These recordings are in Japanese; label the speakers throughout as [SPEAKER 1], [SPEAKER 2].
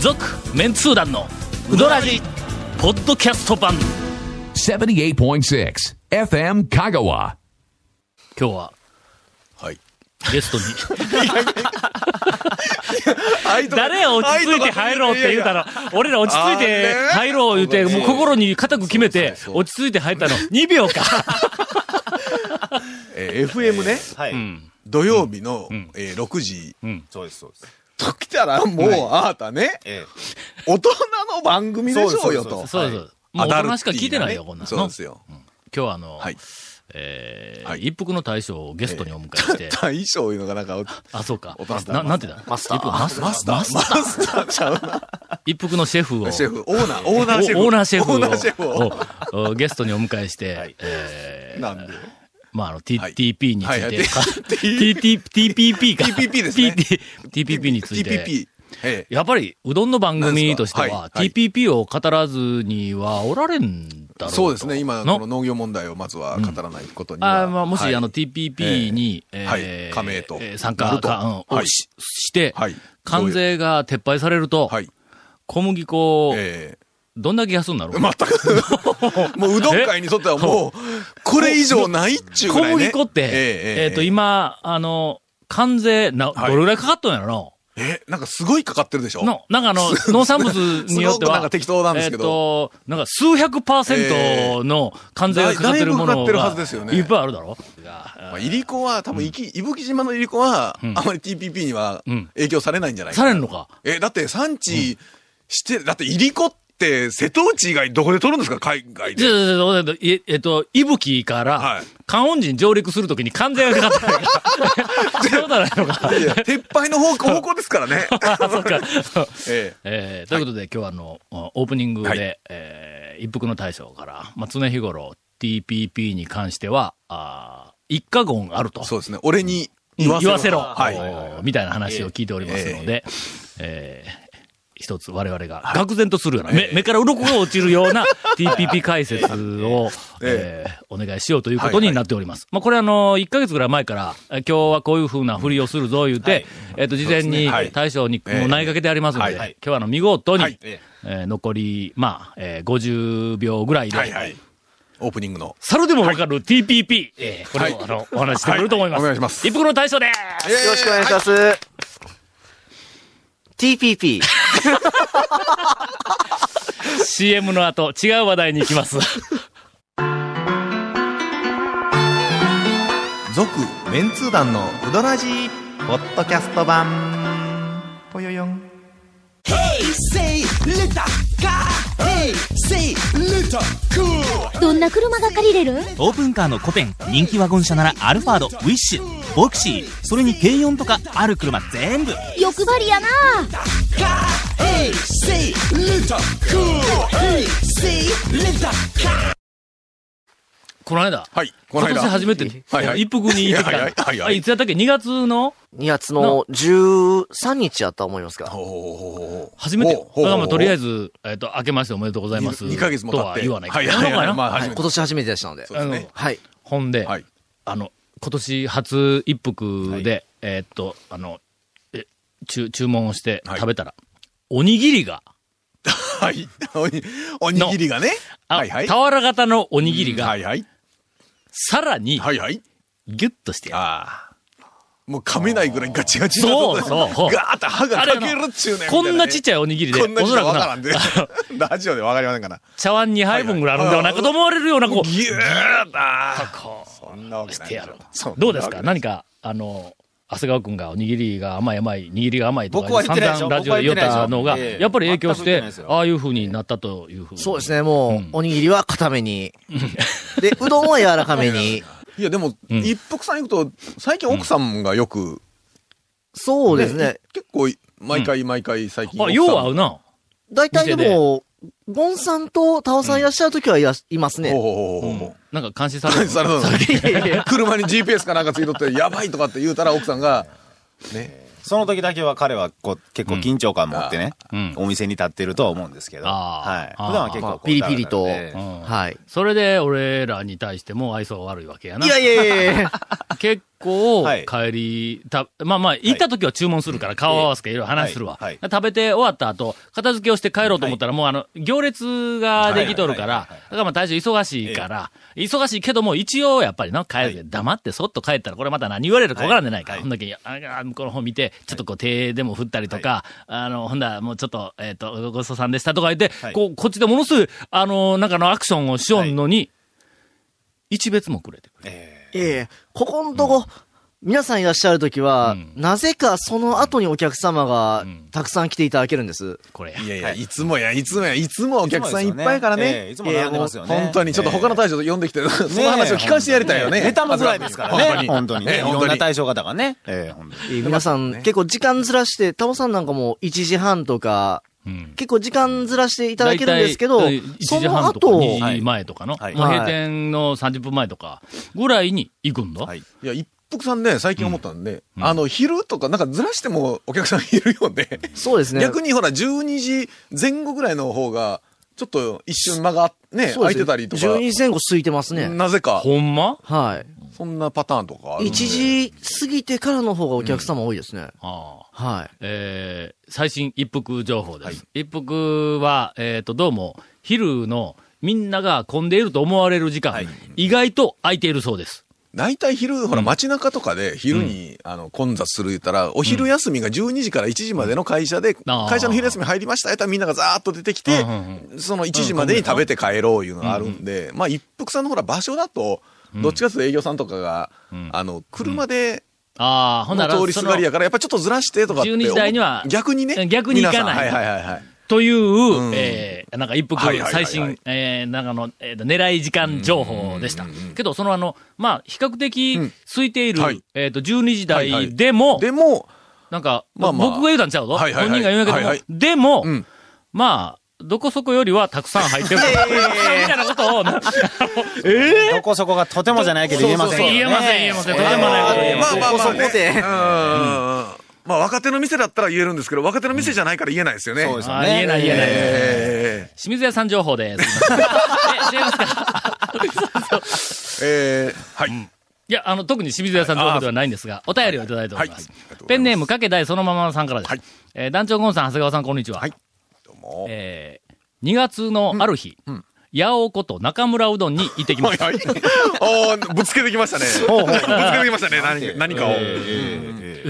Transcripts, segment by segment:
[SPEAKER 1] 続メンツー団のウドラジポッドキャスト版
[SPEAKER 2] 78.6 FM
[SPEAKER 1] 今
[SPEAKER 2] Kagawa.
[SPEAKER 1] 日は
[SPEAKER 3] はい。
[SPEAKER 1] ゲストに 誰
[SPEAKER 3] や
[SPEAKER 1] や落ち着いて入ろうって言うた
[SPEAKER 3] ら。
[SPEAKER 1] の俺ら落ち着いて入ろう言うて
[SPEAKER 3] あれ
[SPEAKER 1] もう心に固く決めて
[SPEAKER 3] そうそうそう
[SPEAKER 1] 落ち着いて入ったの2秒 か
[SPEAKER 3] えー FM ね、
[SPEAKER 4] はい、
[SPEAKER 3] 土曜日の、えー6時。
[SPEAKER 4] そうです、そうです。
[SPEAKER 3] ときたら、もう、あーたね、
[SPEAKER 4] え
[SPEAKER 3] 大人の番組でしょうよ
[SPEAKER 4] そう
[SPEAKER 3] と
[SPEAKER 4] です。
[SPEAKER 1] そうそうもう
[SPEAKER 3] アダ
[SPEAKER 1] 大
[SPEAKER 3] ルティー
[SPEAKER 1] 人しか聞いてないよこんなの
[SPEAKER 3] そうですよ。
[SPEAKER 1] 今日はあの
[SPEAKER 3] はい。
[SPEAKER 1] えー
[SPEAKER 3] はい
[SPEAKER 1] 一服の大将をゲストにお迎えして
[SPEAKER 3] 大将いうのがなんか、
[SPEAKER 1] あそうか
[SPEAKER 3] おマスター
[SPEAKER 1] ななんてだマスターマスター
[SPEAKER 3] マスター、マスターちゃうな。
[SPEAKER 1] 一服のシェフを
[SPEAKER 3] シェフ、オーナー、オーナーシェフ。
[SPEAKER 1] おオーナーシェフを
[SPEAKER 3] オーナーシェフを。
[SPEAKER 1] をおゲストにお迎えして、えー
[SPEAKER 3] なんで。
[SPEAKER 1] まあ、あの、T、
[SPEAKER 3] はい
[SPEAKER 1] TP につ
[SPEAKER 3] はい
[SPEAKER 1] い
[SPEAKER 3] はい
[SPEAKER 1] て、か
[SPEAKER 3] T-
[SPEAKER 1] TT TPP か。
[SPEAKER 3] TPP ですね
[SPEAKER 1] TT TPP について。
[SPEAKER 3] TPP。ええ
[SPEAKER 1] やっぱり、うどんの番組として
[SPEAKER 3] なんです
[SPEAKER 1] は、
[SPEAKER 3] かはい
[SPEAKER 1] TPP を語らずにはおられんだろうと
[SPEAKER 3] そうですね、今、この
[SPEAKER 1] の
[SPEAKER 3] 農業問題をまずは語らないことには。
[SPEAKER 1] あーまあ、もし、
[SPEAKER 3] はい
[SPEAKER 1] あの、TPP に、えー
[SPEAKER 3] はい加盟と
[SPEAKER 1] えー参
[SPEAKER 3] な
[SPEAKER 1] 加
[SPEAKER 3] ると
[SPEAKER 1] か、うん
[SPEAKER 3] は
[SPEAKER 1] を
[SPEAKER 3] い
[SPEAKER 1] しして、
[SPEAKER 3] はい
[SPEAKER 1] 関税が撤廃されると、
[SPEAKER 3] はい。
[SPEAKER 1] 小麦粉、
[SPEAKER 3] ええ
[SPEAKER 1] どんだけ安になるの
[SPEAKER 3] 全く。もううどん界にとってはもう、これ以上ないっちゅうぐ
[SPEAKER 1] 小
[SPEAKER 3] らい、ね。
[SPEAKER 1] 麦粉って、え
[SPEAKER 3] え
[SPEAKER 1] っ、
[SPEAKER 3] ええ
[SPEAKER 1] と、、今、あの、関税、な、ど
[SPEAKER 3] はい
[SPEAKER 1] れぐらいかかっとんやろの、
[SPEAKER 3] ええなんかすごいかかってるでしょ
[SPEAKER 1] の、なんかあの、農産物によって
[SPEAKER 3] すごく
[SPEAKER 1] は、
[SPEAKER 3] なんか適当なんですけど
[SPEAKER 1] えっ、と、なんか数百パーセントの関税がかかってるもの
[SPEAKER 3] だいぶかかってる
[SPEAKER 1] が、
[SPEAKER 3] はずですよね
[SPEAKER 1] いっぱいあるだろ
[SPEAKER 3] まあ、いりこは、多分、いき、伊吹島のいりこは、あまり TPP には
[SPEAKER 1] うん
[SPEAKER 3] 影響されないんじゃないか
[SPEAKER 1] さ
[SPEAKER 3] な
[SPEAKER 1] れんのか
[SPEAKER 3] え、だって産地して、だっていりこって瀬戸内以外どこで取るんですか海外
[SPEAKER 1] じゃ
[SPEAKER 3] で。
[SPEAKER 1] あじゃあええっと、いぶきから、
[SPEAKER 3] はい
[SPEAKER 1] 関音人上陸するときに関税がかかってないから。そういうことはないのか。
[SPEAKER 3] いや撤廃の方向方向ですからね。
[SPEAKER 1] あ、そっか。
[SPEAKER 3] え
[SPEAKER 1] え
[SPEAKER 3] え
[SPEAKER 1] ーということで、今日はあの、オープニングで、
[SPEAKER 3] はい
[SPEAKER 1] えー一服の大将から、まあ、常日頃 TPP に関しては、あー一過言あると。
[SPEAKER 3] そうですね。俺に
[SPEAKER 1] 言
[SPEAKER 3] 言
[SPEAKER 1] わ
[SPEAKER 3] わ
[SPEAKER 1] せ
[SPEAKER 3] せ
[SPEAKER 1] ろ
[SPEAKER 3] ろ。
[SPEAKER 1] は
[SPEAKER 3] はいい。
[SPEAKER 1] みたいな話を聞いておりますので、えー一つ我々が愕然とするような、目目から鱗が落ちるよう な TPP 解説を、え
[SPEAKER 3] え
[SPEAKER 1] ーお願いしようということになっております。まあこれあの、1ヶ月ぐらい前から、え今日はこういうふうなふりをするぞ言うて、えっと、事前
[SPEAKER 3] そうです
[SPEAKER 1] に
[SPEAKER 3] ねはい
[SPEAKER 1] 大将にもう投げかけてありますので、
[SPEAKER 3] はい
[SPEAKER 1] 今日はあの、見事に、
[SPEAKER 3] はい
[SPEAKER 1] えー残り、まあ、えー50秒ぐらいで、
[SPEAKER 3] はいはい。オープニングの。
[SPEAKER 1] 猿でもわかる TPP、えーこれ
[SPEAKER 3] は
[SPEAKER 1] を
[SPEAKER 3] い
[SPEAKER 1] あの、お話ししてくれると思います。
[SPEAKER 3] はいお願いします
[SPEAKER 1] 一服の大将です
[SPEAKER 4] えよろしくお願いします。TPP。
[SPEAKER 1] CM の後、違う話題に行きます。
[SPEAKER 5] 続メンツー団のウドラジーポッドキャスト版ぽよよん
[SPEAKER 6] Say little car. Hey, say little cool.
[SPEAKER 7] どんな車が借りれる
[SPEAKER 8] オープンカーのコペン人気ワゴン車ならアルファードウィッシュボクシーそれに軽4とかある車全部
[SPEAKER 7] 欲張りやな
[SPEAKER 6] Hey, say little cool. Hey, say little car.
[SPEAKER 1] この間。
[SPEAKER 3] はい。この
[SPEAKER 1] 今年
[SPEAKER 3] 間。
[SPEAKER 1] 初めて、
[SPEAKER 3] はいはい
[SPEAKER 1] 一服に行ってきた。
[SPEAKER 3] はいはいはいはい
[SPEAKER 1] あいつやったっけ ?2 月の
[SPEAKER 9] 2月の13日やったと思いますか。
[SPEAKER 3] ほうほうほうほうほう
[SPEAKER 1] 初めてよ。
[SPEAKER 3] ほうほうほう
[SPEAKER 1] だからまあとりあえず、えっ、と、明けましておめでとうございます。
[SPEAKER 3] 二二ヶ月も経
[SPEAKER 1] と
[SPEAKER 3] っ
[SPEAKER 1] は
[SPEAKER 3] て。
[SPEAKER 1] 言わないから。
[SPEAKER 3] はいはいはい。まあ、
[SPEAKER 9] は
[SPEAKER 3] 初
[SPEAKER 9] い、
[SPEAKER 3] め
[SPEAKER 9] 今
[SPEAKER 3] て。
[SPEAKER 9] 年初めてでしたので。
[SPEAKER 3] そうですね。
[SPEAKER 9] はい。
[SPEAKER 1] ほんで、
[SPEAKER 3] はい。
[SPEAKER 1] あの、今年初一服で、えっと、あの、え注注文をして
[SPEAKER 3] はい
[SPEAKER 1] 食べたら、おにぎりが、
[SPEAKER 3] はい。おに、おにぎりがね。
[SPEAKER 1] あ、
[SPEAKER 3] はいはい。
[SPEAKER 1] 俵型のおにぎりが、
[SPEAKER 3] はいはい。
[SPEAKER 1] さらに、
[SPEAKER 3] はいはい。
[SPEAKER 1] ギュッとしてある
[SPEAKER 3] ああ。もう噛めないぐらいガチガチな
[SPEAKER 1] そうそう
[SPEAKER 3] ガーッと歯が
[SPEAKER 1] あれ
[SPEAKER 3] かけるっちゅうね。
[SPEAKER 1] こんなちっちゃ
[SPEAKER 3] い
[SPEAKER 1] いおにぎり
[SPEAKER 3] み
[SPEAKER 1] で、
[SPEAKER 3] たいなね。こんな
[SPEAKER 1] お
[SPEAKER 3] ち
[SPEAKER 1] そ
[SPEAKER 3] っちゃ
[SPEAKER 1] ら
[SPEAKER 3] い
[SPEAKER 1] くな
[SPEAKER 3] わからんで。 ラジオでわかりませんから。
[SPEAKER 1] 茶碗に入る分ぐらいあるんではなかと思われるような、こう、
[SPEAKER 3] ギューッあ
[SPEAKER 1] こう
[SPEAKER 3] ーそんなわけ
[SPEAKER 1] し
[SPEAKER 3] ない
[SPEAKER 1] て
[SPEAKER 3] で
[SPEAKER 1] や
[SPEAKER 3] し
[SPEAKER 1] ろ
[SPEAKER 3] ょ。そんなわけ
[SPEAKER 1] どうですか
[SPEAKER 3] ない
[SPEAKER 1] 何か、あの、長谷川君がおにぎりが甘い甘い、握りが甘いとか、
[SPEAKER 4] 僕は言ってないでし
[SPEAKER 1] 散
[SPEAKER 4] ょ
[SPEAKER 1] 々ラジオで言ったのが、
[SPEAKER 4] 僕は言ってないでしょええ
[SPEAKER 1] やっぱり影響し
[SPEAKER 4] 全く言って
[SPEAKER 1] て
[SPEAKER 4] ないです、よ
[SPEAKER 1] ああいう風になったというふうに。
[SPEAKER 9] そうですね、もう、
[SPEAKER 1] うん
[SPEAKER 9] おにぎりは固めに。で、うどん は柔らかめに。
[SPEAKER 3] いや、でも、
[SPEAKER 1] ん
[SPEAKER 3] 一服さん行くと、最近奥さんがよく、
[SPEAKER 9] そうですね。
[SPEAKER 3] 結構、毎回毎回最近。
[SPEAKER 1] あ、よう合うな。
[SPEAKER 9] 大体でも、ゴンさんとタオさんいらっしゃるときはいらっしいます
[SPEAKER 3] ほう
[SPEAKER 9] ね。
[SPEAKER 3] ほうほうほうほう。
[SPEAKER 1] なんか 監視される。
[SPEAKER 3] されたの
[SPEAKER 9] いやいや
[SPEAKER 3] 車に GPS かなんかついとって、やばいとかって言うたら奥さんが、
[SPEAKER 4] その時だけは彼はこう結構緊張感持ってね、
[SPEAKER 1] うん
[SPEAKER 4] お店に立ってるとは思うんですけど、
[SPEAKER 1] あー
[SPEAKER 4] はい。
[SPEAKER 1] あー
[SPEAKER 4] 普段は結構こう
[SPEAKER 9] ピリピリと
[SPEAKER 4] ダラダラで
[SPEAKER 1] うん
[SPEAKER 9] はい。
[SPEAKER 1] それで、俺らに対しても愛想悪いわけやな。
[SPEAKER 9] いやいやいやいや
[SPEAKER 1] 結校を
[SPEAKER 4] はい
[SPEAKER 1] 帰り、た、まあまあ、行った時は注文するから、顔合わせかいろいろ話するわ、
[SPEAKER 4] はいはい
[SPEAKER 1] 食べて終わった後、片付けをして帰ろうと思ったら、もうあの、行列ができとるから、
[SPEAKER 4] はいはいはいはい
[SPEAKER 1] だからまあ大将忙しいから、忙しいけども、一応やっぱりな、帰る、黙ってそっと帰ったら、これまた何言われるかわからんでないから、
[SPEAKER 4] はい
[SPEAKER 1] ほんだけ、ああ向こうの方見て、ちょっとこう手でも振ったりとか、あの、ほんだらもうちょっと、えっ、と、ごちそうさんでしたとか言って、
[SPEAKER 4] はい
[SPEAKER 1] こう、こっちでものすごい、あの、なんかのアクションをしよんのに、一別もくれてくれて
[SPEAKER 9] ええここんとこ、皆さんいらっしゃるときは、
[SPEAKER 1] うん
[SPEAKER 9] なぜかその後にお客様が
[SPEAKER 1] ん
[SPEAKER 9] たくさん来ていただけるんです。
[SPEAKER 1] これや。
[SPEAKER 3] いやいや、いつもや、いつもや、いつもお客さんいっぱいからね。
[SPEAKER 4] いつもですよねええいつも並んでますよね。
[SPEAKER 3] 本当に、ちょっと他の大将と呼んできて、その話を聞かせてやりたいよね。
[SPEAKER 4] ネタもぐらいですからね。本当にね。い
[SPEAKER 3] ええ本
[SPEAKER 4] ろ
[SPEAKER 3] 当
[SPEAKER 4] んな
[SPEAKER 3] に。
[SPEAKER 4] 対象方がね。ええ、本当に。
[SPEAKER 9] ええ皆さん、結構時間ずらして、タモさんなんかも1時半とか、
[SPEAKER 1] うん
[SPEAKER 9] 結構時間ずらしてい
[SPEAKER 1] い
[SPEAKER 9] ただけるんですけど、
[SPEAKER 1] 1
[SPEAKER 9] そ
[SPEAKER 1] 時
[SPEAKER 9] の
[SPEAKER 1] 半とか
[SPEAKER 9] 後、
[SPEAKER 1] 2時前とかの、
[SPEAKER 4] はい
[SPEAKER 1] もう閉
[SPEAKER 9] はい
[SPEAKER 1] 店の30分前とかぐらいに行くんだ。
[SPEAKER 4] はい
[SPEAKER 3] いや、一服さんね、最近思ったんで、
[SPEAKER 1] うん
[SPEAKER 3] あの、昼とか、なんかずらしてもお客さんいるよね。
[SPEAKER 9] そうですね。
[SPEAKER 3] 逆にほら、12時前後ぐらいの方が、ちょっと一瞬間がね、
[SPEAKER 9] そう
[SPEAKER 3] 空い
[SPEAKER 9] ですね
[SPEAKER 3] てたりとか。
[SPEAKER 9] 12時前後空いてますね。
[SPEAKER 3] なぜか、
[SPEAKER 1] ほんま
[SPEAKER 9] はい。
[SPEAKER 3] そんなパターンとかあるんで
[SPEAKER 9] 1時過ぎてからの方がお客様多いですね。
[SPEAKER 1] ああ
[SPEAKER 9] はい。
[SPEAKER 1] えー最新一服情報です。一服は、えっ、と、どうも、昼のみんなが混んでいると思われる時間、意外と空いているそうです。
[SPEAKER 3] 大体昼、ほら、街中とかで昼に、あの、混雑する言ったら、お昼休みが12時から1時までの会社で、
[SPEAKER 1] あー
[SPEAKER 3] 会社の昼休み入りましたやったらみんながザーッと出てきて
[SPEAKER 1] うんう、
[SPEAKER 3] その1時までに食べて帰ろういうのがあるんで、まあ一服さんのほら場所だと、どっちかというと営業さんとかが
[SPEAKER 1] ん、
[SPEAKER 3] あの、車で、
[SPEAKER 1] ああ、ほんなら、
[SPEAKER 3] 通りすがりやから、やっぱちょっとずらしてとかって。
[SPEAKER 1] 12時台には
[SPEAKER 3] 逆にね。
[SPEAKER 1] 逆に行かない
[SPEAKER 3] 皆さんはいはいはいはい。
[SPEAKER 1] という、
[SPEAKER 3] ん
[SPEAKER 1] えーなんか一服
[SPEAKER 3] はいはいは
[SPEAKER 1] 最
[SPEAKER 3] いはい
[SPEAKER 1] 新、えーなんかの、えー狙い時間情報でした。けど、そのあの、まあ、比較的
[SPEAKER 3] うん
[SPEAKER 1] 空いている、
[SPEAKER 3] はい
[SPEAKER 1] えっ、と、12時
[SPEAKER 3] はいは
[SPEAKER 1] 台
[SPEAKER 3] い
[SPEAKER 1] でも、
[SPEAKER 3] でも、
[SPEAKER 1] なんか、
[SPEAKER 3] まあまあ
[SPEAKER 1] 僕が言うたんちゃうぞ。
[SPEAKER 3] はいはいはい
[SPEAKER 1] 本人が言うんやけども、
[SPEAKER 3] はいはい
[SPEAKER 1] でも、
[SPEAKER 3] うん
[SPEAKER 1] まあ、どこそこよりはたくさん入ってる。みたいなことを、な
[SPEAKER 4] どこそこがとてもじゃないけど言えませんよね。
[SPEAKER 1] 言えません、言えません。とてもないこと言えま
[SPEAKER 3] ま
[SPEAKER 1] せん。
[SPEAKER 3] あまあまあ、ね、
[SPEAKER 9] そこで
[SPEAKER 3] うんまあ若手の店だったら言えるんですけど、若手の店じゃないから言えないですよね。
[SPEAKER 4] そうですよ
[SPEAKER 1] あ
[SPEAKER 4] ね。
[SPEAKER 1] 言えない言えない
[SPEAKER 3] え
[SPEAKER 1] 清水屋さん情報 です。え違いますか
[SPEAKER 3] ー、えー、はい。
[SPEAKER 1] いや、あの、特に清水屋さん情報ではないんですが、お便りをいただいております。
[SPEAKER 3] はいはいありがとうございます
[SPEAKER 1] ペンネーム、かけだいそのままさんからです。
[SPEAKER 3] はい
[SPEAKER 1] えー団長ゴンさん、長谷川さん、こんにちは。
[SPEAKER 3] どうも。
[SPEAKER 1] えー、2月のある日、八尾こと中村うどんに行ってきま
[SPEAKER 3] は
[SPEAKER 1] し
[SPEAKER 3] い
[SPEAKER 1] た。
[SPEAKER 3] はい。おーぶつけてき ましたね。ぶつけてきましたね、何何かを。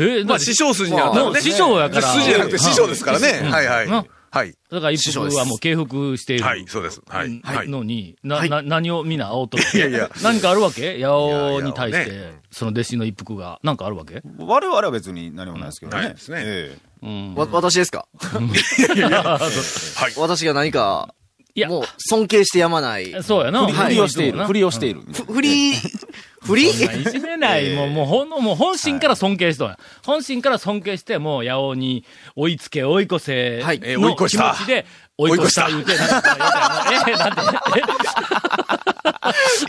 [SPEAKER 1] えー
[SPEAKER 3] まあ、師匠筋にあった
[SPEAKER 1] も
[SPEAKER 3] ん
[SPEAKER 1] う
[SPEAKER 3] で
[SPEAKER 1] 師
[SPEAKER 3] ね。
[SPEAKER 1] 匠やから。
[SPEAKER 3] 筋じゃなくて師匠ですからね。はいは
[SPEAKER 1] うん
[SPEAKER 3] い。はい。
[SPEAKER 1] だから一服はもう敬服している。
[SPEAKER 3] はい、そうです。はい。はい。
[SPEAKER 1] のに、な、な、何をみんな煽っとる。
[SPEAKER 3] いやいや
[SPEAKER 1] 何かあるわけ八尾
[SPEAKER 3] いや
[SPEAKER 1] に対し
[SPEAKER 3] いや
[SPEAKER 1] て、その弟子の一服が、何かあるわけ
[SPEAKER 4] 我々は別に何もないですけどね。
[SPEAKER 3] ないですね
[SPEAKER 4] ええ
[SPEAKER 1] うん。
[SPEAKER 9] わ、私で すか
[SPEAKER 3] はい。
[SPEAKER 9] 私が何か、
[SPEAKER 1] いや、
[SPEAKER 9] もう尊敬してやまない。
[SPEAKER 1] そうやな。
[SPEAKER 9] は
[SPEAKER 4] ふ
[SPEAKER 9] い
[SPEAKER 4] りをしている。ふ
[SPEAKER 1] 振り
[SPEAKER 4] りをしている。
[SPEAKER 9] ふふり、ふり
[SPEAKER 1] いじめない。もう、もう、ほんの、もう本心から尊敬しとんや。本心から尊敬して、もう、八尾に追いつけ、追い越せ。
[SPEAKER 9] はい
[SPEAKER 3] えー追
[SPEAKER 1] の
[SPEAKER 3] い越
[SPEAKER 1] 気
[SPEAKER 3] し
[SPEAKER 1] 持
[SPEAKER 3] た
[SPEAKER 1] ちで、追い越した。言うて、なんか言うて、えーなんて、
[SPEAKER 3] い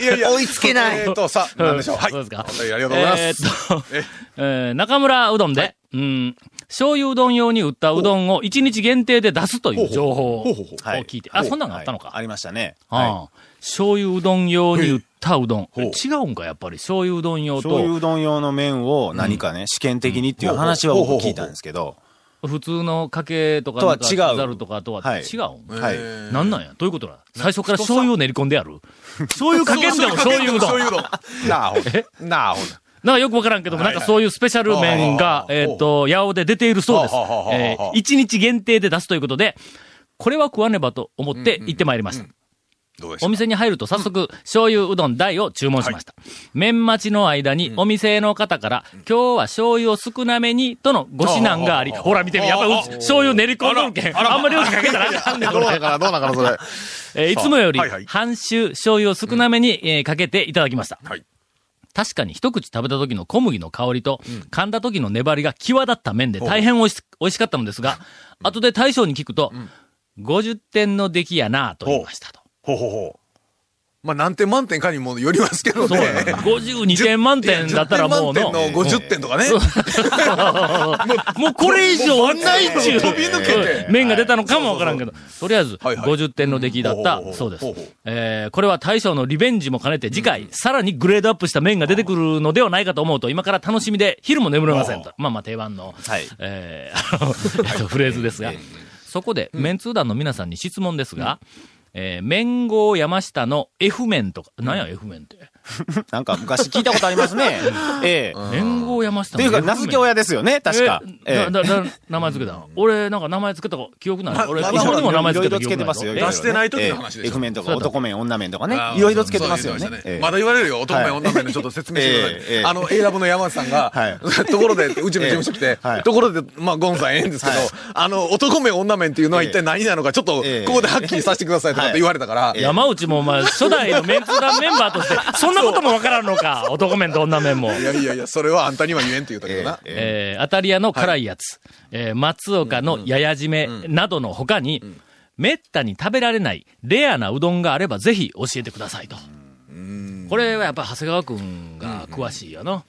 [SPEAKER 3] やい や
[SPEAKER 9] 追いつけない
[SPEAKER 3] えっと、さ、 なんでしょう。はい。
[SPEAKER 1] そうですか
[SPEAKER 3] お便りありがとうございます。
[SPEAKER 1] えーっと、えー中村うどんで、うん、醤油うどん用に売ったうどんを1日限定で出すという情報を
[SPEAKER 3] ほうほうほう
[SPEAKER 4] はい
[SPEAKER 1] 聞いて、あ、そんなのがあったの
[SPEAKER 4] はいあ
[SPEAKER 1] か。
[SPEAKER 4] りましたね。
[SPEAKER 1] ああ醤油うどん用に売ったうどん。
[SPEAKER 3] う
[SPEAKER 1] 違うんか、やっぱり。醤油うどん用
[SPEAKER 4] 醤油
[SPEAKER 1] と、
[SPEAKER 4] うどん用の麺を何かね、試験的にっていう話は僕聞いたんですけど、
[SPEAKER 1] 普通のかけとか、
[SPEAKER 4] とは
[SPEAKER 1] なんか
[SPEAKER 4] 違う
[SPEAKER 1] ざるとかとは
[SPEAKER 4] はい
[SPEAKER 1] 違うん。
[SPEAKER 4] はい。
[SPEAKER 1] なんなんやどういうことだ最初から醤油を練り込んである醤油かけんでも醤油うどん。
[SPEAKER 3] 醤油う
[SPEAKER 4] なあ、ほらなあ、ほ
[SPEAKER 1] なんかよくわからんけども、なんかそういうスペシャル麺が、
[SPEAKER 3] はいは
[SPEAKER 1] え
[SPEAKER 3] い
[SPEAKER 1] ーっと、八尾で出ているそうです
[SPEAKER 3] はあはあはあ。はあ
[SPEAKER 1] えー一日限定で出すということで、これは食わねばと思って行ってまいりました。
[SPEAKER 3] どうでし
[SPEAKER 1] お
[SPEAKER 3] た
[SPEAKER 1] 店に入ると早速、醤油うどん大を注文しました。麺待ちの間に、お店の方から、今日は醤油を少なめに、とのご指南があり、
[SPEAKER 3] はあはあは
[SPEAKER 1] ほ
[SPEAKER 3] あ
[SPEAKER 1] ら見てみ、やっぱりうち醤油練り込んどるけん。あんまり料理かけたらあかんねん、こ
[SPEAKER 3] どうな
[SPEAKER 1] れ
[SPEAKER 3] ん。かな、どうなんかな、そ れ。
[SPEAKER 1] えーいつもより、
[SPEAKER 3] はいはい
[SPEAKER 1] 半周醤油を少なめに、えーかけていただきました。
[SPEAKER 3] はい
[SPEAKER 1] 確かに一口食べた時の小麦の香りと、噛んだ時の粘りが際立った麺で大変おいし美味しかったのですが、後で大将に聞くと、50点の出来やなと言いましたと。
[SPEAKER 3] ほうほうほまあ何点満点かにもよりますけど
[SPEAKER 1] そう
[SPEAKER 3] ね
[SPEAKER 1] や。 な。52点満点だったらもうの
[SPEAKER 3] 10点。満点の50点とかね。
[SPEAKER 1] もうこれ以上はないっちゅう。
[SPEAKER 3] もう飛び抜けて
[SPEAKER 1] 面が出たのかもわからんけど。とりあえず、
[SPEAKER 3] はいはい
[SPEAKER 1] 50点の出来だった
[SPEAKER 3] ほうほうほ。う
[SPEAKER 1] そうです
[SPEAKER 3] ほうほう。
[SPEAKER 1] えーこれは大将のリベンジも兼ねて次回、さらにグレードアップした面が出てくるのではないかと思うと、今から楽しみで、昼も眠れませんと。まあまあ定番の、
[SPEAKER 4] はい
[SPEAKER 1] えーあのえっとフレーズですが。そこで、メンツー団の皆さんに質問ですが、えー、面号山下の F 面とか、何や F 面って。
[SPEAKER 4] なんか昔聞いたことありますね。 ええ。
[SPEAKER 1] 面号山下
[SPEAKER 4] と
[SPEAKER 1] の
[SPEAKER 4] い
[SPEAKER 1] F
[SPEAKER 4] うか、
[SPEAKER 1] 面。
[SPEAKER 4] 名付け親ですよね、確か。
[SPEAKER 1] え
[SPEAKER 4] ええ
[SPEAKER 1] だだだ名前付けたの、俺、なんか名前付けた記憶ない。俺、
[SPEAKER 3] ま
[SPEAKER 1] 一緒にも名前付けた
[SPEAKER 4] いろい
[SPEAKER 1] 記憶
[SPEAKER 4] ろつけ
[SPEAKER 1] な
[SPEAKER 4] て
[SPEAKER 1] い
[SPEAKER 4] ますよ。
[SPEAKER 1] え
[SPEAKER 3] ろ出してない時の話でしょ
[SPEAKER 4] ええ F 面と
[SPEAKER 1] そ
[SPEAKER 4] か
[SPEAKER 1] うだ
[SPEAKER 4] 男面、女面とかね
[SPEAKER 3] あ。ー
[SPEAKER 4] いろいろつけてますよね
[SPEAKER 3] そう。言う
[SPEAKER 4] え
[SPEAKER 3] て
[SPEAKER 4] え
[SPEAKER 3] まだ言われるよ。男面、女面のちょっと説明してくださ
[SPEAKER 4] えええ
[SPEAKER 3] い。
[SPEAKER 4] え
[SPEAKER 3] あの、エイラブの山内さんが
[SPEAKER 4] はい、
[SPEAKER 3] ところで、うちの事務所来て
[SPEAKER 4] はい、
[SPEAKER 3] ところで、まあ、ゴンさんええんですけど
[SPEAKER 4] はい、
[SPEAKER 3] あの、男面、女面っていうのは一体何なのか、ちょっと、こ
[SPEAKER 4] ええ
[SPEAKER 3] こではっきりさせてくださいとかって言われたから、
[SPEAKER 1] 山内もお前、初代のメンツ団メンバーとして、そんなこともわからんのか。男面と女面も。
[SPEAKER 3] いやいやいや、それはあんたには言えんって言うたけどな。
[SPEAKER 1] えー、アタリアの辛いやつ、えー松岡のややじめなどの他に、めったに食べられないレアなうどんがあればぜひ教えてくださいと。これはやっぱ長谷川くんが詳しいよな。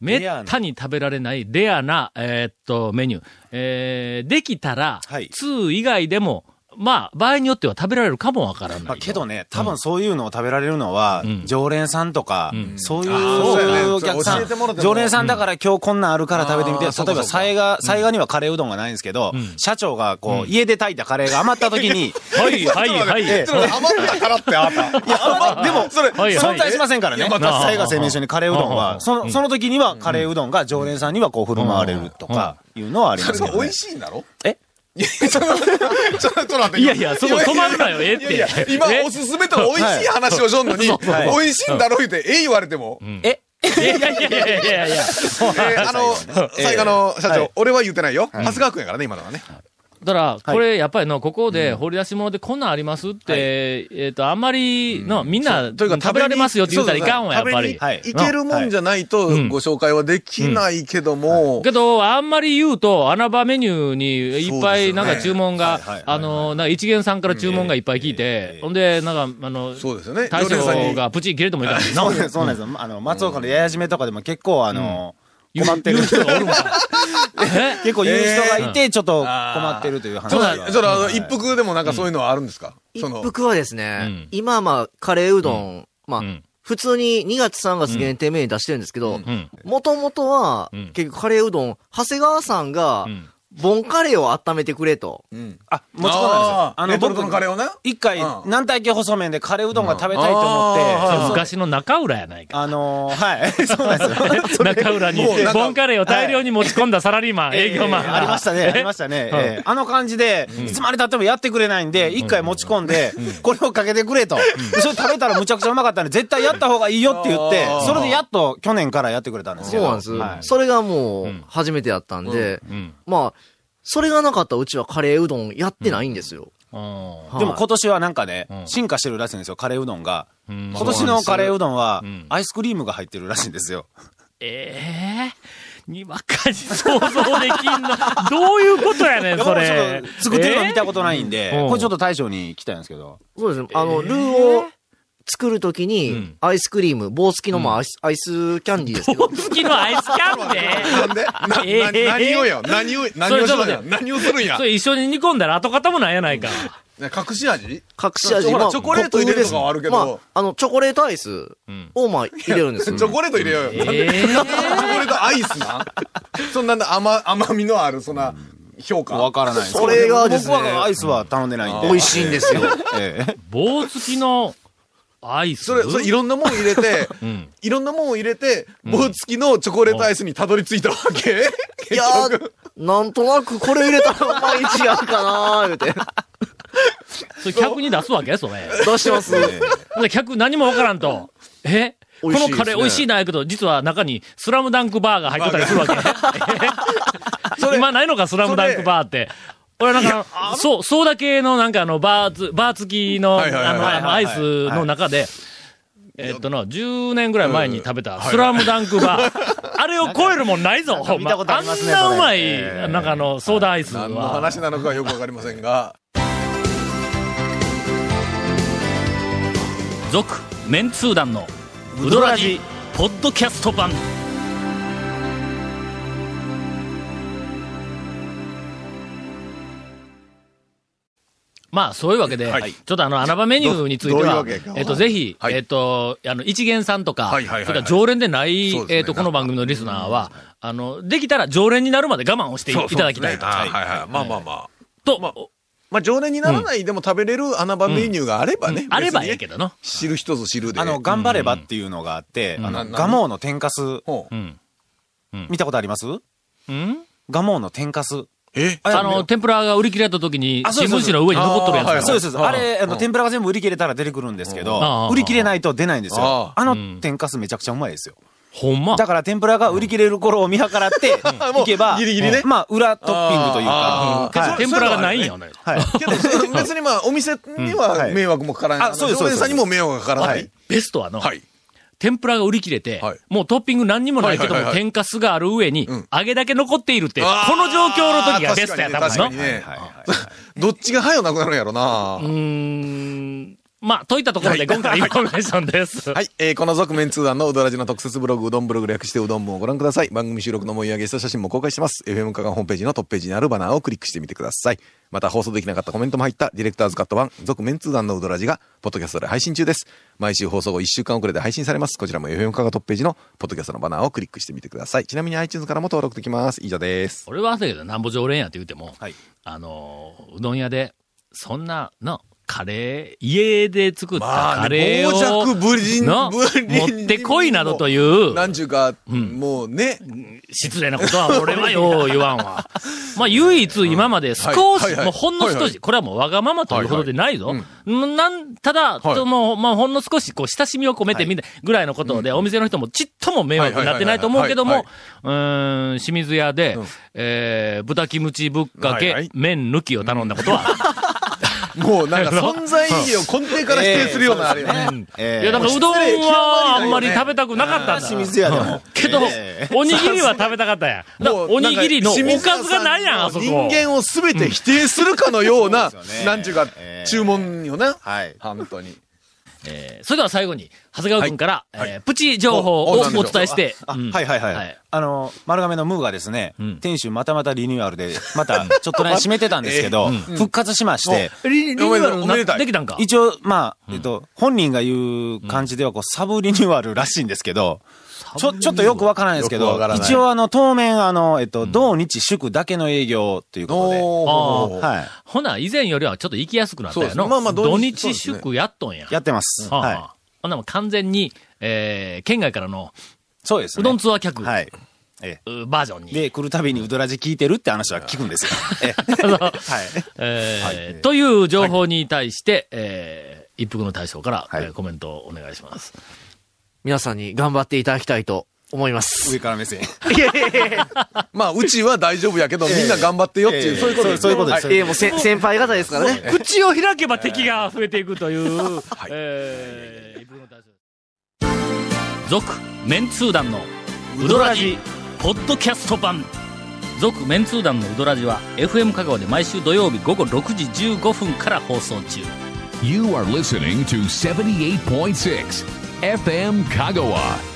[SPEAKER 1] めったに食べられないレアな、えーっと、メニュー。えー、できたら、
[SPEAKER 4] はい
[SPEAKER 1] 2以外でも、まあ、場合によっては食べられるかもわからないよ。
[SPEAKER 4] まあ、けどね、多分そういうのを食べられるのは、
[SPEAKER 1] ん
[SPEAKER 4] 常連さんとか、そうい
[SPEAKER 3] そうやね
[SPEAKER 4] うお客
[SPEAKER 3] そ
[SPEAKER 4] さ
[SPEAKER 3] う
[SPEAKER 4] ん
[SPEAKER 3] 教えてもろて、も
[SPEAKER 4] 常連さんだから今日こんなんあるから食べてみて、
[SPEAKER 3] あー
[SPEAKER 4] 例えば、
[SPEAKER 3] そうかそうか
[SPEAKER 4] さえが、さえがにはカレーうどんがないんですけど、社長がこう、家で炊いたカレーが余った 時に、
[SPEAKER 1] はい、はい、はい。
[SPEAKER 4] ええ
[SPEAKER 3] それ余ったからってあんた。
[SPEAKER 4] いや、余っ でも、それ、
[SPEAKER 1] はいはい
[SPEAKER 4] 存在しませんからね。
[SPEAKER 3] いやま
[SPEAKER 1] あ
[SPEAKER 4] さえが製麺所にカレーうどん
[SPEAKER 1] う
[SPEAKER 4] は、
[SPEAKER 1] ん
[SPEAKER 4] その、その時にはカレーうどんが常連さんにはこう振る舞われるとか、いうのはあり
[SPEAKER 3] そ
[SPEAKER 4] ま
[SPEAKER 3] れ
[SPEAKER 4] すけ
[SPEAKER 3] が
[SPEAKER 4] ど
[SPEAKER 3] 美
[SPEAKER 4] ね
[SPEAKER 3] 味。しいんだろ
[SPEAKER 4] え
[SPEAKER 3] いやちょっと待ってちょっと待って
[SPEAKER 1] いやいやそこ止まるなよ
[SPEAKER 3] いやいや
[SPEAKER 1] ええって
[SPEAKER 3] いやいや
[SPEAKER 1] え
[SPEAKER 3] 今、おすすめと美味しい話をしょん のに、
[SPEAKER 4] はい
[SPEAKER 3] 美味しいんだろ言うて、ええ言われても。
[SPEAKER 4] え
[SPEAKER 1] いやいやいやいやいや。
[SPEAKER 3] え ーあの、最後の社
[SPEAKER 4] は
[SPEAKER 3] 長
[SPEAKER 4] い、
[SPEAKER 3] 俺は言ってないよ。長谷川君やからね、今のはね。
[SPEAKER 1] だから、これ、やっぱりの、ここで、掘り出し物でこんなんありますって、えっと、あんまり、の、みんな、
[SPEAKER 3] というか
[SPEAKER 1] 食べられますよって言ったらいかんわ、やっ
[SPEAKER 3] そうそ
[SPEAKER 1] ぱ
[SPEAKER 3] うそう
[SPEAKER 1] り
[SPEAKER 3] 食。べに行けるもんじゃないと
[SPEAKER 1] うん
[SPEAKER 3] ご紹介はできないけども、
[SPEAKER 1] けど、あんまり言うと、穴場メニューにいっぱい、なんか注文が
[SPEAKER 4] そうですよねはいはいはいは、い
[SPEAKER 1] あの、なんか一元さんから注文がいっぱい聞いて、ほんで、なんか、あの、
[SPEAKER 3] そうですよね。
[SPEAKER 1] 大
[SPEAKER 3] 常連さんに
[SPEAKER 1] 将がプチ切れてもいいから
[SPEAKER 4] そうなんです、そうなんです。あの、松岡のややじめとかでも結構、あの、困ってる
[SPEAKER 1] 言う人がおるんか。え
[SPEAKER 4] 結構言う人がいて、ちょっと困ってるという話
[SPEAKER 3] そ
[SPEAKER 1] ん
[SPEAKER 3] う
[SPEAKER 1] な
[SPEAKER 3] だ
[SPEAKER 1] ん
[SPEAKER 4] は
[SPEAKER 3] それあの一服でもなんかそういうのはあるんですか
[SPEAKER 9] 一
[SPEAKER 3] その、
[SPEAKER 9] 服はです
[SPEAKER 1] うん
[SPEAKER 9] ね、今はまあ、カレーうどん、まあ
[SPEAKER 1] うん、
[SPEAKER 9] 普通に2月3月限定メニュー出してるんですけど
[SPEAKER 1] ん、
[SPEAKER 9] もともとは
[SPEAKER 1] ん、
[SPEAKER 9] 結局カレーうどん、長谷川さんが
[SPEAKER 1] ん、
[SPEAKER 9] ボンカレーを温めてくれと。
[SPEAKER 3] うん
[SPEAKER 4] あ、もちろんなんですよ。
[SPEAKER 3] あの、レトルトのカレーをな。
[SPEAKER 4] 一回
[SPEAKER 3] う、ん
[SPEAKER 4] 軟体系細麺でカレーうどんが食べたいと思って、
[SPEAKER 3] うんあー
[SPEAKER 4] そうそう
[SPEAKER 1] 昔の中浦やないか。
[SPEAKER 4] あのー、はい、 そうな んですよ。
[SPEAKER 1] 中浦に
[SPEAKER 3] もうなん、か
[SPEAKER 1] ボンカレーを大量に持ち込んだサラリーマン、営業マン
[SPEAKER 4] え
[SPEAKER 1] が
[SPEAKER 4] ー。ありましたね、ありましたね。えーあの感じで、いつまで経ってもやってくれないんで、一回持ち込んで、これをかけてくれと。それ食べたらむちゃくちゃうまかったんで、絶対やった方がいいよって言って
[SPEAKER 3] あー、
[SPEAKER 4] それでやっと去年からやってくれたんです
[SPEAKER 9] そう
[SPEAKER 4] よ。
[SPEAKER 9] なんです
[SPEAKER 4] は。い
[SPEAKER 9] それがもう、初めてやったんで、まあ、それがなかったらうちはカレーうどんやってないんですよ。
[SPEAKER 1] うん
[SPEAKER 9] はい
[SPEAKER 4] でも今年はなんかね
[SPEAKER 1] ん、
[SPEAKER 4] 進化してるらしいんですよ、カレーうどんが。
[SPEAKER 1] ん
[SPEAKER 4] 今年のカレーうどんは
[SPEAKER 1] ん、
[SPEAKER 4] アイスクリームが入ってるらしいんですよ。
[SPEAKER 1] ええにわかに想像でき んの。どういうことやねん、そ
[SPEAKER 4] いや
[SPEAKER 1] れ
[SPEAKER 4] 僕もちょっ。と作ってるの見た
[SPEAKER 1] こ
[SPEAKER 4] ことないんで、
[SPEAKER 1] うん
[SPEAKER 4] これちょっと大将に聞きたいんですけど。
[SPEAKER 9] そうですね。あの、ルーを作るときに、アイスクリーム、棒付きのまあアイス、アイスキャンディーですけど、
[SPEAKER 1] 好きのアイスキャンデー
[SPEAKER 3] なんで な
[SPEAKER 1] えー
[SPEAKER 3] な何をよ何を、何をしろよ何をするんや
[SPEAKER 1] それ一緒に煮込んだら跡形もないや ないか。
[SPEAKER 3] ね隠し味
[SPEAKER 9] 隠し味、
[SPEAKER 3] ほら
[SPEAKER 9] まあ
[SPEAKER 3] チョコレート入れるとかはあるけど
[SPEAKER 9] まあ、あの、チョコレートアイスを、まあ、入れるんです
[SPEAKER 3] チ
[SPEAKER 9] よ。
[SPEAKER 3] ョコレート入れようよ。なんで
[SPEAKER 1] ええ
[SPEAKER 3] チョコレートアイスなそんなんで甘、甘みのある、そんな、評価。
[SPEAKER 4] わからないです
[SPEAKER 9] それがですね
[SPEAKER 4] 僕はアイスは頼んでないんで。
[SPEAKER 9] 美味しいんですよ。
[SPEAKER 4] ええ
[SPEAKER 1] 棒付きのアイス。
[SPEAKER 3] それ、それいろんなもん入れて、いろんなもんを入れて、棒付きのチョコレートアイスにたどり着いたわけ、
[SPEAKER 9] いやー、なんとなくこれ入れたらうまい違うかなー、言う て。
[SPEAKER 1] それ客に出すわけそれ。
[SPEAKER 9] 出してます。
[SPEAKER 1] ほんで客何もわからんと。え
[SPEAKER 9] 美
[SPEAKER 1] こ
[SPEAKER 9] 味しい
[SPEAKER 1] の
[SPEAKER 9] ですね
[SPEAKER 1] カレー美味しいなやけど、実は中にスラムダンクバーが入ってたりするわけ。え
[SPEAKER 3] それ
[SPEAKER 1] 今ないのか、スラムダンクバーって。俺なんか、そう、そうだけのなんかあの、バーツ、バー付きの、あ
[SPEAKER 3] はいはいはい
[SPEAKER 1] の、あのアイスの中で、えっとの、10年ぐらい前に食べた、スラムダンクバー。あれを超えるもんないぞ、ほん
[SPEAKER 4] 見
[SPEAKER 1] ま。
[SPEAKER 4] たことあ
[SPEAKER 1] あん
[SPEAKER 4] りますね
[SPEAKER 1] なうま
[SPEAKER 4] それ
[SPEAKER 1] い、
[SPEAKER 4] え
[SPEAKER 1] なんかあの、ソーダアイス
[SPEAKER 3] 何の
[SPEAKER 1] は。
[SPEAKER 3] 話なのかよくわかりませんが。
[SPEAKER 1] 続メンツー団のウドラジポッドキャスト版まあ、そういうわけで、
[SPEAKER 3] はい
[SPEAKER 1] ちょっとあの、穴場メニューについて
[SPEAKER 3] ど
[SPEAKER 1] は
[SPEAKER 3] ういうわけ、か
[SPEAKER 1] えっと、ぜひ、
[SPEAKER 3] はい
[SPEAKER 1] えっと、あの、一元さんとか、
[SPEAKER 3] はいはいはいはい
[SPEAKER 1] それから常連でない、
[SPEAKER 3] そうですね
[SPEAKER 1] えっと、この番組のリスナーは、あの、できたら常連になるまで我慢をしてい
[SPEAKER 3] そう
[SPEAKER 1] ただきたい
[SPEAKER 3] そ
[SPEAKER 1] と。
[SPEAKER 3] うですねはいはいはい。まあまあまあ。
[SPEAKER 1] と、
[SPEAKER 3] まあまあ、常連にならないでも食べれる穴場メニューがあればね。
[SPEAKER 1] あれば
[SPEAKER 3] 別に
[SPEAKER 1] ええけどの。
[SPEAKER 3] 知る人ぞ知るで。
[SPEAKER 4] あの、頑張ればっていうのがあって、あの、ガモーの天かす、
[SPEAKER 3] ほう
[SPEAKER 1] うん。
[SPEAKER 4] 見たことあります
[SPEAKER 1] うん
[SPEAKER 4] ガモーの天かす。
[SPEAKER 3] え
[SPEAKER 1] あの、天ぷらが売り切れた時に、
[SPEAKER 4] あそ
[SPEAKER 1] 新
[SPEAKER 4] うそう
[SPEAKER 1] 聞紙の上に残っとるやつ
[SPEAKER 3] あ
[SPEAKER 1] や
[SPEAKER 3] ーはいはい
[SPEAKER 1] ろ
[SPEAKER 4] そうですそうです。
[SPEAKER 3] あ
[SPEAKER 4] あれ、あの、天ぷらが全部売り切れたら出てくるんですけ
[SPEAKER 1] あ
[SPEAKER 4] ど、
[SPEAKER 1] あ
[SPEAKER 4] 売り切れないと出ないんですよ
[SPEAKER 3] あ。
[SPEAKER 4] あ
[SPEAKER 1] うん
[SPEAKER 4] の天かすめちゃくちゃうまいですよ。
[SPEAKER 1] ほんま。
[SPEAKER 4] だから天ぷらが売り切れる頃を見計らって、行けば、
[SPEAKER 3] ギリギリね
[SPEAKER 4] まあ、裏トッピングというか
[SPEAKER 3] あ、ー
[SPEAKER 4] はい
[SPEAKER 3] あー
[SPEAKER 1] 天ぷらがないんや、
[SPEAKER 3] そ
[SPEAKER 1] ほんなら
[SPEAKER 4] はい。
[SPEAKER 3] けど、その別にまあ、お店には迷惑もかからない。
[SPEAKER 4] あそうですそうで
[SPEAKER 3] 常連
[SPEAKER 4] す
[SPEAKER 3] さんにも迷惑がかから
[SPEAKER 1] あ
[SPEAKER 3] な
[SPEAKER 1] れ
[SPEAKER 3] い。
[SPEAKER 1] ベストはの、
[SPEAKER 3] はい。
[SPEAKER 1] 天ぷらが売り切れて
[SPEAKER 3] はい、
[SPEAKER 1] もうトッピング何にもないけど
[SPEAKER 3] はいは
[SPEAKER 1] も、
[SPEAKER 3] いはいはい
[SPEAKER 1] 天かすがある上に
[SPEAKER 3] ん、
[SPEAKER 1] 揚げだけ残っているって、こ
[SPEAKER 3] あー
[SPEAKER 1] の状況の時がベストや、多
[SPEAKER 3] 確か
[SPEAKER 1] 分
[SPEAKER 3] に
[SPEAKER 1] の。
[SPEAKER 3] ね。確かにね どっちが早うなくなるんやろな。
[SPEAKER 1] うーん。まあ、といったところで今回のインフォメーションです。
[SPEAKER 3] はい、えー、この続面通談のうどらじの特設ブログ、うどんブログ略してうどん部をご覧ください。番組収録の盛り上げした写真も公開してます。FM 加賀ホームページのトップページにあるバナーをクリックしてみてください。また放送できなかったコメントも入ったディレクターズカット版、続面通談のうどらじが、ポッドキャストで配信中です。毎週放送後1週間遅れで配信されます。こちらも FM 加賀トップページのポッドキャストのバナーをクリックしてみてください。ちなみに iTunes からも登録できます。以上です。
[SPEAKER 1] 俺はだけど、なんぼ常連やって言うても、
[SPEAKER 4] はい
[SPEAKER 1] あのー、うどん屋で、そんな、の、カレー、家で作ったカレーを、
[SPEAKER 3] まあね傍若無人
[SPEAKER 1] の
[SPEAKER 3] 無人に
[SPEAKER 1] 持ってこいなどという、
[SPEAKER 3] なんちゅうか、もうね、
[SPEAKER 1] 失礼なことは俺 はよう言わんわ。まあ唯一今まで少し、
[SPEAKER 3] はいはいはい
[SPEAKER 1] もうほんの
[SPEAKER 3] はい
[SPEAKER 1] 少
[SPEAKER 3] は
[SPEAKER 1] し、これはもうわがままというほどでないぞ。んなん、ただ、
[SPEAKER 3] はい
[SPEAKER 1] ともう、まあほんの少しこう親しみを込めてみたぐらいのことで、お店の人もちっとも迷惑になってないと思うけど
[SPEAKER 3] はい
[SPEAKER 1] も
[SPEAKER 3] は、
[SPEAKER 1] うーん、清水屋で
[SPEAKER 3] うん、
[SPEAKER 1] えー豚キムチぶっか
[SPEAKER 3] はいは
[SPEAKER 1] け
[SPEAKER 3] い、
[SPEAKER 1] 麺抜きを頼んだことはある。
[SPEAKER 3] もうなんか存在意義を根底から否定するようなあれよね。
[SPEAKER 4] え
[SPEAKER 1] いや、だからうどん
[SPEAKER 3] 失礼極
[SPEAKER 1] はあ
[SPEAKER 3] まりないよね
[SPEAKER 1] んまり食べたくなかったんだ。
[SPEAKER 4] 清水屋でも。
[SPEAKER 1] けど、
[SPEAKER 4] え
[SPEAKER 1] おにぎりは食べたかったやん。だからおにぎりのおかずがないやん、あそこ。
[SPEAKER 3] 人間を全て否定するかのような、
[SPEAKER 4] そうですよね
[SPEAKER 3] なんちゅうか
[SPEAKER 4] え、ー
[SPEAKER 3] 注文よな。
[SPEAKER 4] はい
[SPEAKER 3] 本当に。
[SPEAKER 1] えーそれでは最後に、長谷川君から、えープチ情報を
[SPEAKER 3] お
[SPEAKER 1] お
[SPEAKER 3] おなんでしょう
[SPEAKER 1] 伝えして、
[SPEAKER 4] あ
[SPEAKER 1] うん
[SPEAKER 4] はいはい
[SPEAKER 1] は
[SPEAKER 4] はいい。あの、丸亀のムーがですね
[SPEAKER 1] ん、
[SPEAKER 4] 店主またまたリニューアルで、またちょっとね、閉めてたんですけど、復活しまして、
[SPEAKER 1] リニューアル
[SPEAKER 3] おめで
[SPEAKER 1] な
[SPEAKER 3] たい
[SPEAKER 1] できたんか
[SPEAKER 4] 一応、まあ、えっと、本人が言う感じでは、こう、サブリニューアルらしいんですけど、ちょ、ちょっとよくわからないですけ
[SPEAKER 3] よくわ
[SPEAKER 4] ど
[SPEAKER 3] から、ない
[SPEAKER 4] 一応、あの、当面、あの、えっと、土日祝だけの営業というこ
[SPEAKER 1] あ
[SPEAKER 4] とで、
[SPEAKER 3] おー。
[SPEAKER 4] はい、
[SPEAKER 1] ほな、以前よりはちょっと行きやすくなったや
[SPEAKER 3] そうで
[SPEAKER 1] の。
[SPEAKER 3] すまあまあ
[SPEAKER 1] 土
[SPEAKER 3] 土日
[SPEAKER 1] 日
[SPEAKER 3] そうです
[SPEAKER 1] 祝やっとんや。
[SPEAKER 4] やってます。
[SPEAKER 1] はあはあ
[SPEAKER 4] はい。
[SPEAKER 1] ほんなもう完全に、えー県外からの
[SPEAKER 4] そうですね。
[SPEAKER 1] うどんツアー客、
[SPEAKER 4] はい。え
[SPEAKER 1] うバージョン
[SPEAKER 4] え
[SPEAKER 1] に。
[SPEAKER 4] で、来るたびにうどらじ聞いてるって話は聞くんですよ。ええ
[SPEAKER 1] そう
[SPEAKER 4] はい。
[SPEAKER 1] えーという情報に対して、えー一服の大将から、えーコメントをお願いします。
[SPEAKER 9] 皆さんに頑張っていただきたいと思います。
[SPEAKER 4] 上から目線。
[SPEAKER 3] まあ、うちは大丈夫やけど、みんな頑張ってよっていう、
[SPEAKER 4] えー
[SPEAKER 3] そういうことです。
[SPEAKER 4] そういうことです。
[SPEAKER 9] ええ、もうせ先輩方ですからね。
[SPEAKER 1] 口を開けば敵が増えていくという、えー、続、メンツー団の、ウドラジ、ポッドキャスト版。続、メンツー団のウドラジは、FM 香川で毎週土曜日午後6時15分から放送中。
[SPEAKER 2] You are listening to 78.6 FM Kagawa.